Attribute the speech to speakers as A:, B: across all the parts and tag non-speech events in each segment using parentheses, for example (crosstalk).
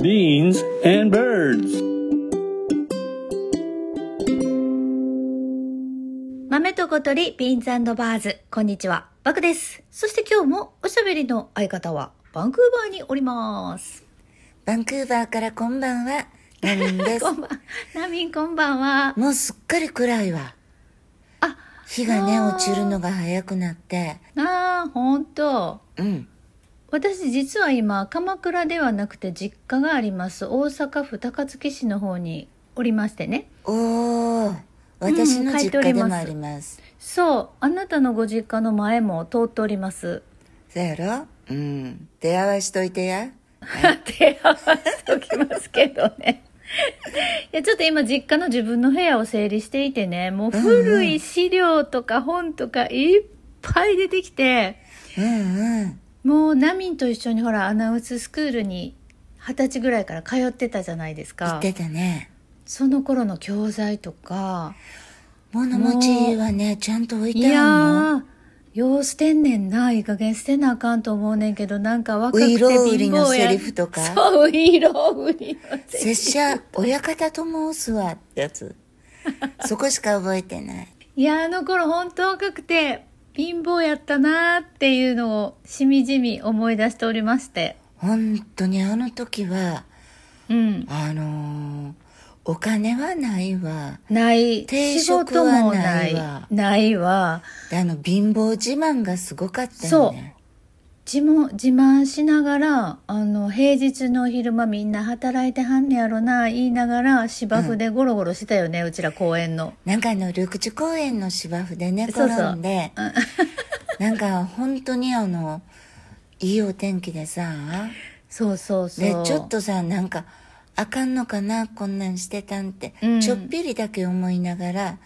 A: beans, and birds.
B: 豆と小鳥、ビーンズバーズ、こんにちは、バクです。そして今日もおしゃべりの相方は、バンクーバーにおります。
C: バンクーバーからこんばんは、ナミンで
B: (laughs)
C: す
B: こ。んばん、ナミンこんばんは。
C: もうすっかり暗いわ。
B: あ、
C: 日がね、
B: あー
C: 落ちるのが早くなって。
B: なあ、ほんと。
C: うん。
B: 私実は今、鎌倉ではなくて実家があります、大阪府高槻市の方におりましてね。
C: おー、私
B: う
C: の
B: ん書いて
C: 実
B: おります
C: 家でもあります。
B: そう、あなたのご実家の前も通っております。
C: そやろうん。出会わしといてや。
B: 手合わせておきますけどね。いやちょっと今実家の自分の部屋を整理していてねもう古い資料とか本とかいっぱい出てきて、
C: うんうん。
B: もうナミンと一緒にほらアナウンススクールに二十歳ぐらいから通ってたじゃないです
C: 言
B: か
C: ってたね。
B: その頃の教材とか
C: 物持ちはね、ちゃんと置い
B: い
C: てあ
B: やーよう捨てんねんないい加減捨てなあかんと思うねんけどなんか若くて
C: うい
B: 貧
C: ろう売りの
B: 乏や
C: セリフとか
B: そうういろう売りの
C: るの。拙者、親方と申すわって
B: (laughs)
C: やつ。そこしか覚えてない。
B: いやあの頃本当若くて貧乏やったなーっていうのをしみじみ思い出しておりまして
C: 本当にあの時は、
B: うん
C: あのーお金はないわ。
B: ない
C: 定
B: 仕
C: 職
B: 事も
C: は
B: な
C: ないい
B: わ
C: わ
B: ないわ
C: であの、貧乏自慢がすごかった
B: そ
C: よ
B: う
C: ね。
B: 自慢自慢しながらあの平日の昼間みんな働いてはんねやろな言いながら芝生でゴロゴロしてたよね、うちら公園の
C: なんかあの、緑地公園の芝生で寝
B: そ
C: 転
B: うそうん
C: で、なんか本当にあの、いいお天気でさ、
B: そうそうそう
C: で、ちょっとさ、なんか、あかんのかな、こんなんしてたんって、
B: うん
C: ちょっぴりだけ思いながら、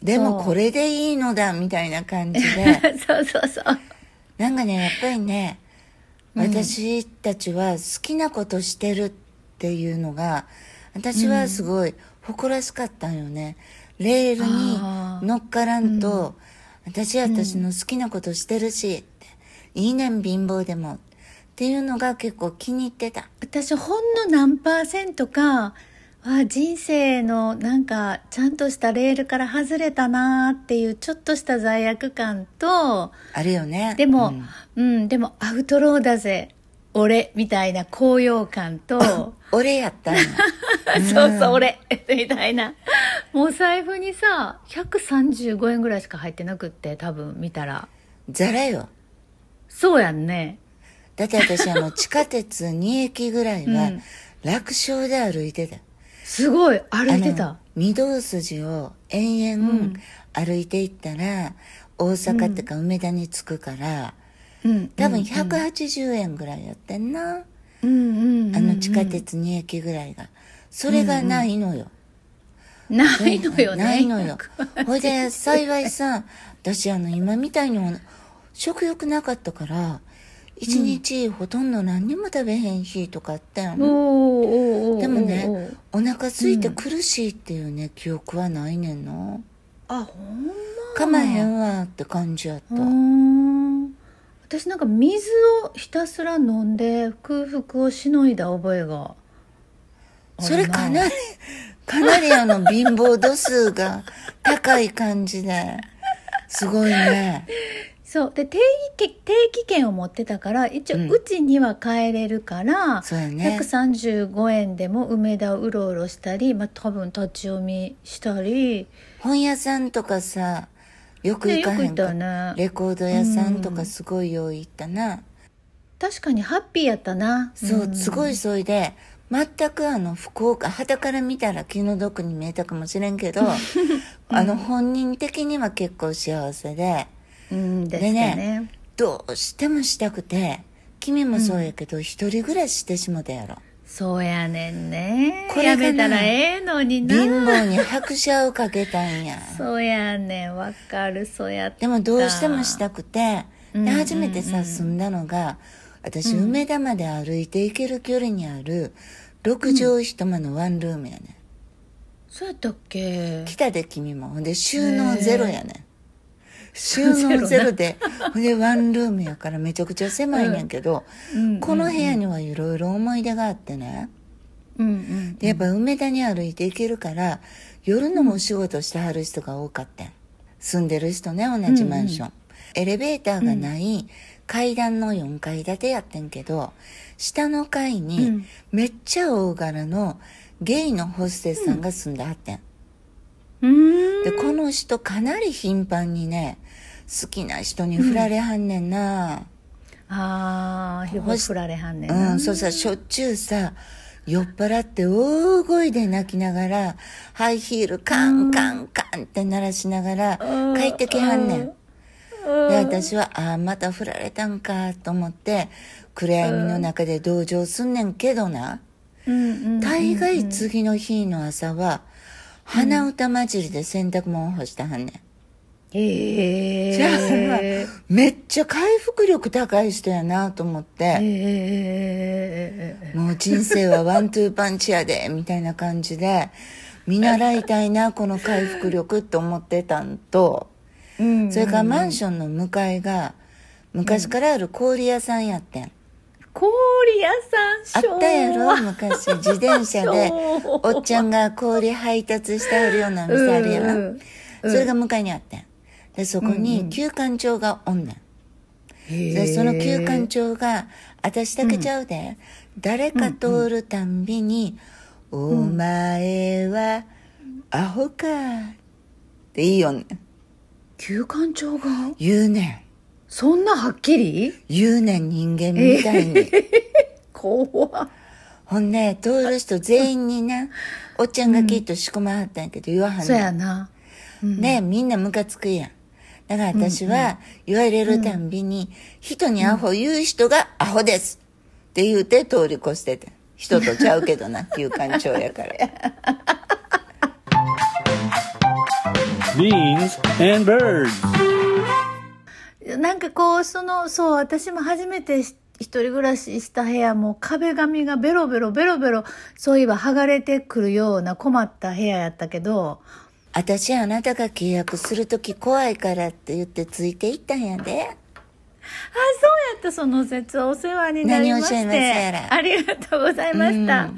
C: でも
B: そう
C: これでいいのだ、みたいな感
B: (laughs)
C: じで、
B: そうそうそう
C: なんかね、やっぱりね、私たちは好きなことしてるっていうのが、私はすごい誇らしかったんよね。レールに
B: あー
C: 乗っからんと、私は私の好きなことしてるし、っていいねん貧乏でも。っていうのが結構気に入ってた。
B: 私ほんの何パーセントかあ人生のなんかちゃんとしたレールから外れたなーっていうちょっとした罪悪感と
C: あるよね。
B: でも
C: う、ん
B: うんでもアウトローだぜ俺みたいな高揚感とそ
C: 俺やった
B: (laughs)
C: んや。
B: うそう俺みたいなもうお財布にさ135円ぐらいしか入ってなくって多分見たら
C: ザラよ。
B: そうやんね
C: だって私あの地下鉄2駅ぐらいは
B: うん
C: 楽勝で歩いてた。
B: すごい歩いて
C: あの
B: た
C: 御堂筋を延々歩いていったら、大阪ってか梅田に着くから、
B: うん
C: 多分180円ぐらいやってんな、
B: うんうんうん
C: あの地下鉄2駅ぐらいがそれがないのよ、
B: ないのよね
C: ないのよほいで幸いさ私あの今みたいに食欲なかったから一日ほとんど何にも食べへん日とかあったよ、
B: おーおーおー
C: でもね
B: おーおー
C: お腹空いて苦しいっていうね、記憶はないねんな
B: あほんま
C: かまへんわって感じやった、
B: うーん私なんか水をひたすら飲んで空腹をしのいだ覚えがある
C: それかなりかなりあの貧乏度数が高い感じですごいね
B: そうで定期定期券を持ってたから一応
C: うん
B: うちには帰れるから、
C: そうやね
B: 135円でも梅田をうろうろしたり、まあ、多分立ち読みしたり
C: 本屋さんとかさよく
B: ね
C: 行
B: よ
C: か
B: く
C: へ
B: 行っ
C: ん
B: た
C: か、
B: よね
C: レコード屋さんとかすごいよう行ったな、
B: 確かにハッピーやったな
C: そうす
B: い
C: ごいそれで全くあの福岡はから見たら気の毒に見えたかもしれん
B: (laughs)
C: けど、あの本人的には結構幸せで
B: うんで
C: で
B: し
C: ね
B: たね
C: どうしてもしたくて君もそうやけど一人暮らししてしもたやろ、
B: そうやねんね
C: これ
B: や
C: がな
B: めたらええのにな
C: 貧乏に拍車をかけたんや
B: そうやねんわかるそうやった
C: でもどうしてもしたくて
B: うん
C: で初めてさ住んだのが私梅田まで歩いて行ける距離にある6畳一間のワンルームやね、
B: そうやったっけ
C: 来たで君もほんで収納ゼロやね収
B: ゼロな
C: 納ゼ
B: (laughs)
C: ロでほんでワンルームやからめちゃくちゃ狭いねんけど、
B: うん
C: この部屋にはいろいろ思い出があってね
B: うんうん
C: でやっぱ梅田に歩いて行けるから夜のお仕事してはる人が多かったん住んでる人ね同じマンション、エレベーターがない階段の4階建てやってんけど下の階
B: う
C: に
B: ん
C: めっちゃ大柄のゲイのホステスさんが住んではってん
B: うーん
C: でこの人かなり頻繁にね好きな人に振られはんねんな、
B: ああひぼ振られはんねん
C: う、
B: なん
C: そうさ、しょっちゅうさ、酔っ払って大声で泣きながら、ハイヒールカンカンカンって鳴らしながら、帰ってきはんねん。で、私は、ああ、また振られたんかと思って、暗闇の中で同情すんねんけどな。
B: うんうん
C: 大概次の日の朝は、鼻歌混じりで洗濯物干したはんねん。
B: ええ
C: じゃあめっちゃ回復力高い人やなと思って。
B: ええ
C: もう人生はワントゥーパンチやで、みたいな感じ
B: (laughs)
C: で、見習いたいな、この回復力って思ってたんと、
B: うん
C: それからマンションの向かいが、昔からある氷屋さんやってん。
B: 氷屋さ
C: あ
B: ん昭和
C: ったやろ昔、自転車で
B: 昭、和
C: おっちゃんが氷配達してあるような店あるや
B: うんう
C: ろ
B: ん。
C: それが向かいにあってん。で、そこに休館長がおんねん。でその休館長が「私だけちゃうで、誰か通るたんびに「お前はアホか」っていいよね
B: 休館長が
C: 言うね
B: そんなはっきり
C: ん言うねん人間みたいに、
B: 怖っ
C: ほんで通る人全員になおっちゃんがきっと仕込まはったんやけど言わはん
B: そう
C: ねん
B: やな
C: ねみんなムカつくやん。だから私は、言われるたんびに、人にアホ言う人がアホですって言うて通り越してて。人とちゃうけ (laughs) どな、休館長やから。
A: Beans and birds.
B: なんかこうそのそう私も初めてし一人暮らしした部屋も壁紙がベロベロベロベロそういえば剥がれてくるような困った部屋やったけど
C: 私あなたが契約するとき怖いからって言ってついていったんやで。
B: あそうやったその説はお世話になりまして
C: 何をおっしゃいますやら
B: ありがとうございました、
C: うん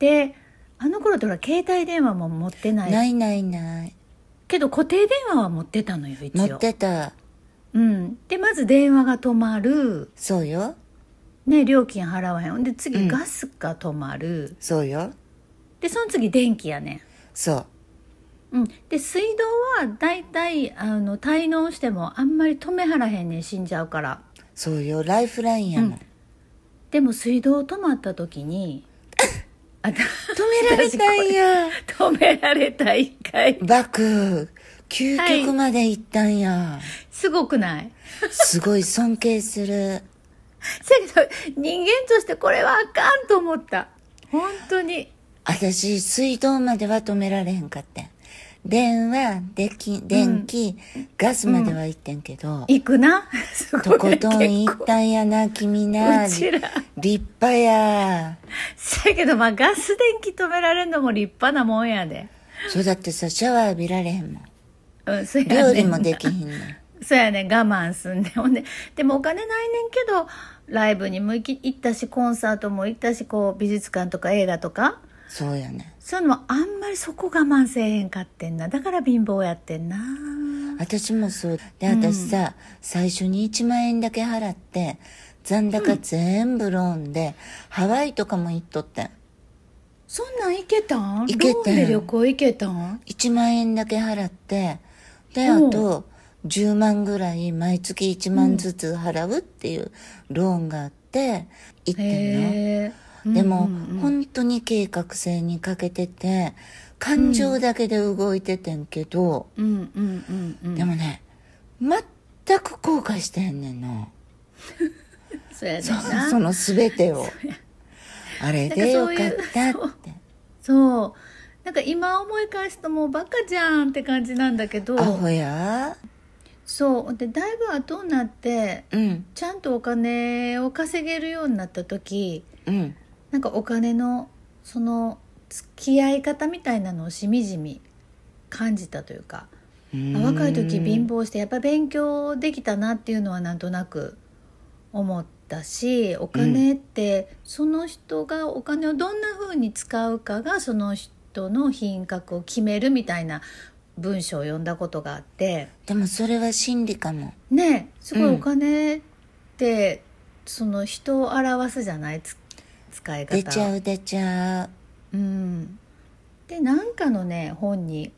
B: であの頃とら携帯電話も持ってない
C: ないないない。
B: けど固定電話は持ってたのよ一応
C: 持ってた。
B: うん、でまず電話が止まる、
C: そうよ。
B: ね、料金払わへんほんで
C: うん
B: 次ガスが止まる、
C: そうよ。
B: でその次電気やねん
C: そ
B: う
C: う。
B: ん、で水道はだいたいあの滞納してもあんまり止めはらへんねん死んじゃうから
C: そうよ。ライフラインやもん。
B: うんでも水道止まった時
C: (laughs)
B: にあた
C: 止められたんや。
B: 止められた一回
C: バク、究極まで行ったんや。
B: すごくない
C: すごい尊敬する。
B: せやけど人間としてこれはあかんと思った本当に
C: 私、水道までは止められへんかってん。電話、でき、電気、ガスまでは行ってんけど、
B: 行くなすごい
C: とことん行
B: 結
C: っ
B: 構
C: たんやな、君な。
B: うちら
C: 立派や。
B: せやけどまあガス電気止められんのも立派なもんやで
C: そうだってさ、シャワー浴びられへんもん。
B: うんそやねん
C: 料理もできひんねん。
B: そうやね (laughs) 我慢すんでほんででもお金ないねんけどライブにも行き行ったしコンサートも行ったしこう美術館とか映画とか
C: そうやね。
B: そういうのもあんまりそこ我慢せえへんかってんなだから貧乏やってんなん
C: 私もそう。で、私さ、最初に1万円だけ払って、残高全部ローンで、ハワイとかも行っとってん。
B: そんなん行けたん
C: 行けたん
B: ローンで旅行行けたん
C: 1万円だけ払ってであ
B: うん
C: と10万ぐらい毎月1万ずつ払うっていうローンがあって行ってんの、
B: へえ
C: でも、本当に計画性に欠けてて感情だけで動いててんけど、
B: うんうんうんうん
C: でもね全く後悔してへんねんの
B: そうやねん
C: そ
B: (laughs) な
C: その全てをあれでよかったって
B: そうなんか今思い返すともうバカじゃんって感じなんだけど
C: アホや
B: そうでだいぶ後になって
C: うん
B: ちゃんとお金を稼げるようになった時
C: うん
B: なんかお金のその付き合い方みたいなのをしみじみ感じたというかあ若い時貧乏してやっぱ勉強できたなっていうのはなんとなく思ったしお金って、その人がお金をどんな風に使うかがその人の品格を決めるみたいな文章を読んだことがあって
C: でもそれは真理かも
B: ねえすごい
C: うん
B: お金って、その人を表すじゃないつ使い方
C: 出ちゃう出ちゃ
B: う
C: う
B: ん、でなんかのね本に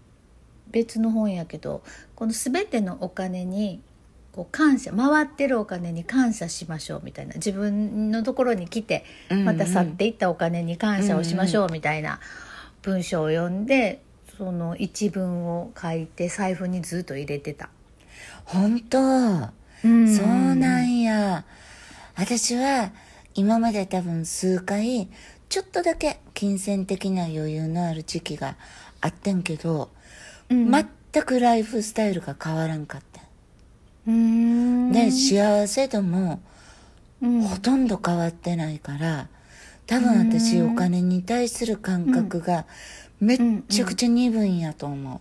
B: 別の本やけどこの全てのお金にこう感謝回ってるお金に感謝しましょうみたいな自分のところに来て
C: うんうん
B: また去っていったお金に感謝をしましょうみたいな文章を読んでその一文を書いて財布にずっと入れてた。
C: 本当、そうなんや私は今まで多分数回ちょっとだけ金銭的な余裕のある時期があってんけど、
B: うん
C: 全くライフスタイルが変わらんかった
B: うん
C: で幸せ度も
B: うん
C: ほとんど変わってないから多分私
B: う
C: お
B: ん
C: 金に対する感覚がめっちゃくちゃ鈍いんやと思う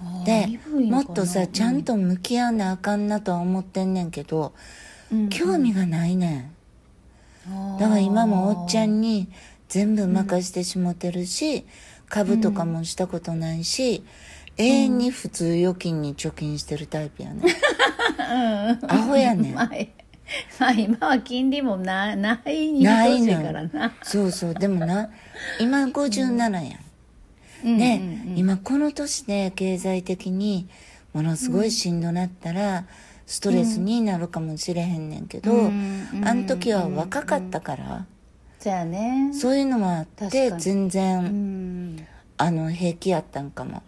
B: あー
C: で
B: 身分や
C: も
B: かな
C: っとさちゃんと向き合わなあかんなとは思ってんねんけど
B: うん
C: 興味がないねんだから今もおっちゃんに全部任してしもてるし株とかもしたことないし永遠に普通預金に貯金してるタイプやねんアホやねん
B: まあ、ま (laughs) あ今は金利もなないに
C: な
B: 等
C: い
B: しい
C: の
B: からな。
C: そうそうでもな今57やん、ね、今この年で経済的にものすごいしんどなったらストレスになるかもしれへんねんけど、
B: うん
C: あの時は若かったから、
B: じゃあね。
C: そういうのもあっ
B: 確
C: て
B: かに
C: 全然、
B: うん。
C: あの平気やったんかも、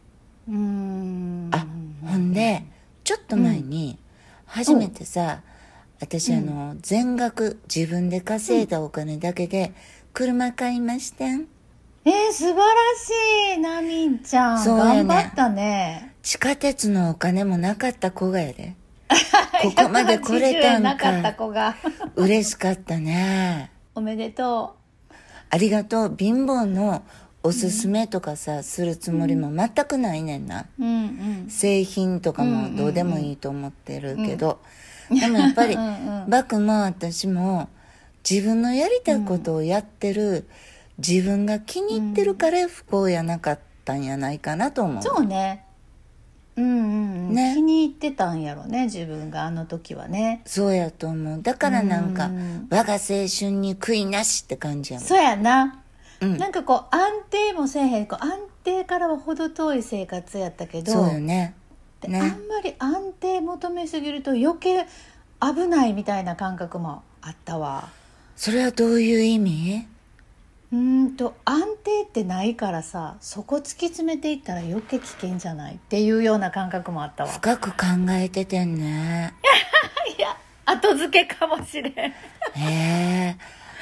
B: うん。
C: あほんでちょっと前に初めてさ、私あの全額自分で稼いだお金だけで車買いましてん
B: えー、素晴らしい、なみんちゃん。
C: そうやね
B: 頑張ったね。
C: 地下鉄のお金もなかった子が
B: (laughs)
C: やでここまで来れた
B: 180円
C: ん
B: なかった
C: か
B: 子が。
C: 嬉しかったね
B: おめでと
C: ありがとう貧乏のおすすめとかさ、するつもりも全くないねんな、
B: う。うんうん。
C: 製品とかもどうでもいいと思ってるけど、でもやっぱり
B: うん
C: バクも私も自分のやりたいことをやってる、自分が気に入ってるから不幸やなかったんやないかなと思う
B: そうね。うんうんうん。
C: ね
B: 気に入ってたんやろね、自分があの時はね。
C: そうやと思うだからなんか、
B: うん
C: 我が青春に悔いなしって感じやもん
B: そうやな。
C: うん
B: なんかこう安定もせえへんこう安定からは程遠い生活やったけど
C: そうよね
B: であん
C: ね
B: まり安定求めすぎると余計危ないみたいな感覚もあったわ
C: それはどういう意味
B: うーんと安定ってないからさそこ突き詰めていったら余計危険じゃないっていうような感覚もあったわ
C: 深く考えててんね
B: いや後付けかもしれ
C: (laughs)
B: んい
C: へえ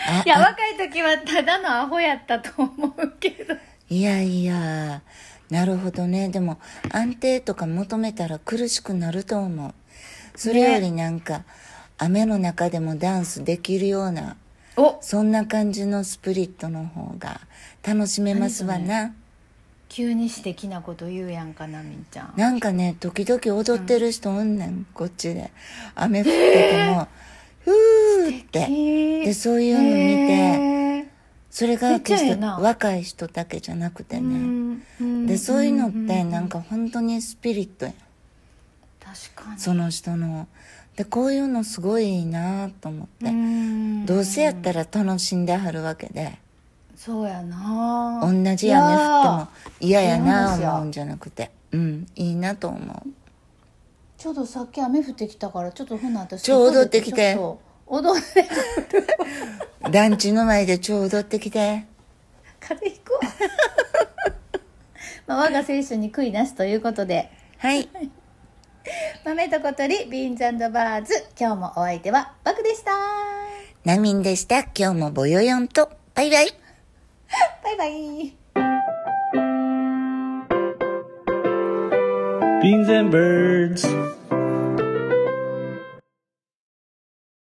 C: あ
B: や若い時はただのアホやったと思うけど
C: いやいや、なるほどね。でも、安定とか求めたら苦しくなると思う。それよりなんか、雨の中でもダンスできるような、
B: お
C: そんな感じのスプリットの方が楽しめますわな。
B: 急に素敵なこと言うやんかなみんちゃん
C: なんかね、時々踊ってる人おんねん、こっちで。雨降ってても、ふーって。で、
B: で
C: そういうの見て、
B: て
C: それ
B: め
C: が
B: っちゃ
C: 決
B: ええ
C: して
B: な
C: 若い人だけじゃなくてね。
B: うん
C: で、そういうのっ
B: ん
C: てなんか本当にスピリットやん。
B: 確かに
C: その人のでこういうのすごいいいなと思って、
B: うん
C: どうせやったら楽しんではるわけで、
B: そうやな
C: 同じ雨降っても嫌やな
B: そうなんですよ
C: 思うんじゃなくてうんいいなと思う
B: ちょうどさっき雨降ってきたからちょっとほな私
C: ちょうどってきて
B: ちょっと (laughs) 踊って
C: 団地の前でちょうどってきて
B: 風邪ひくわ (laughs) まあ、我が青春に悔いなしということで
C: はい
B: 豆と小鳥ビーンズバーズ今日もお相手はバクでした
C: ナミンでした今日もぼよよんとバイバイ
B: バイバイ
A: Beans and birds.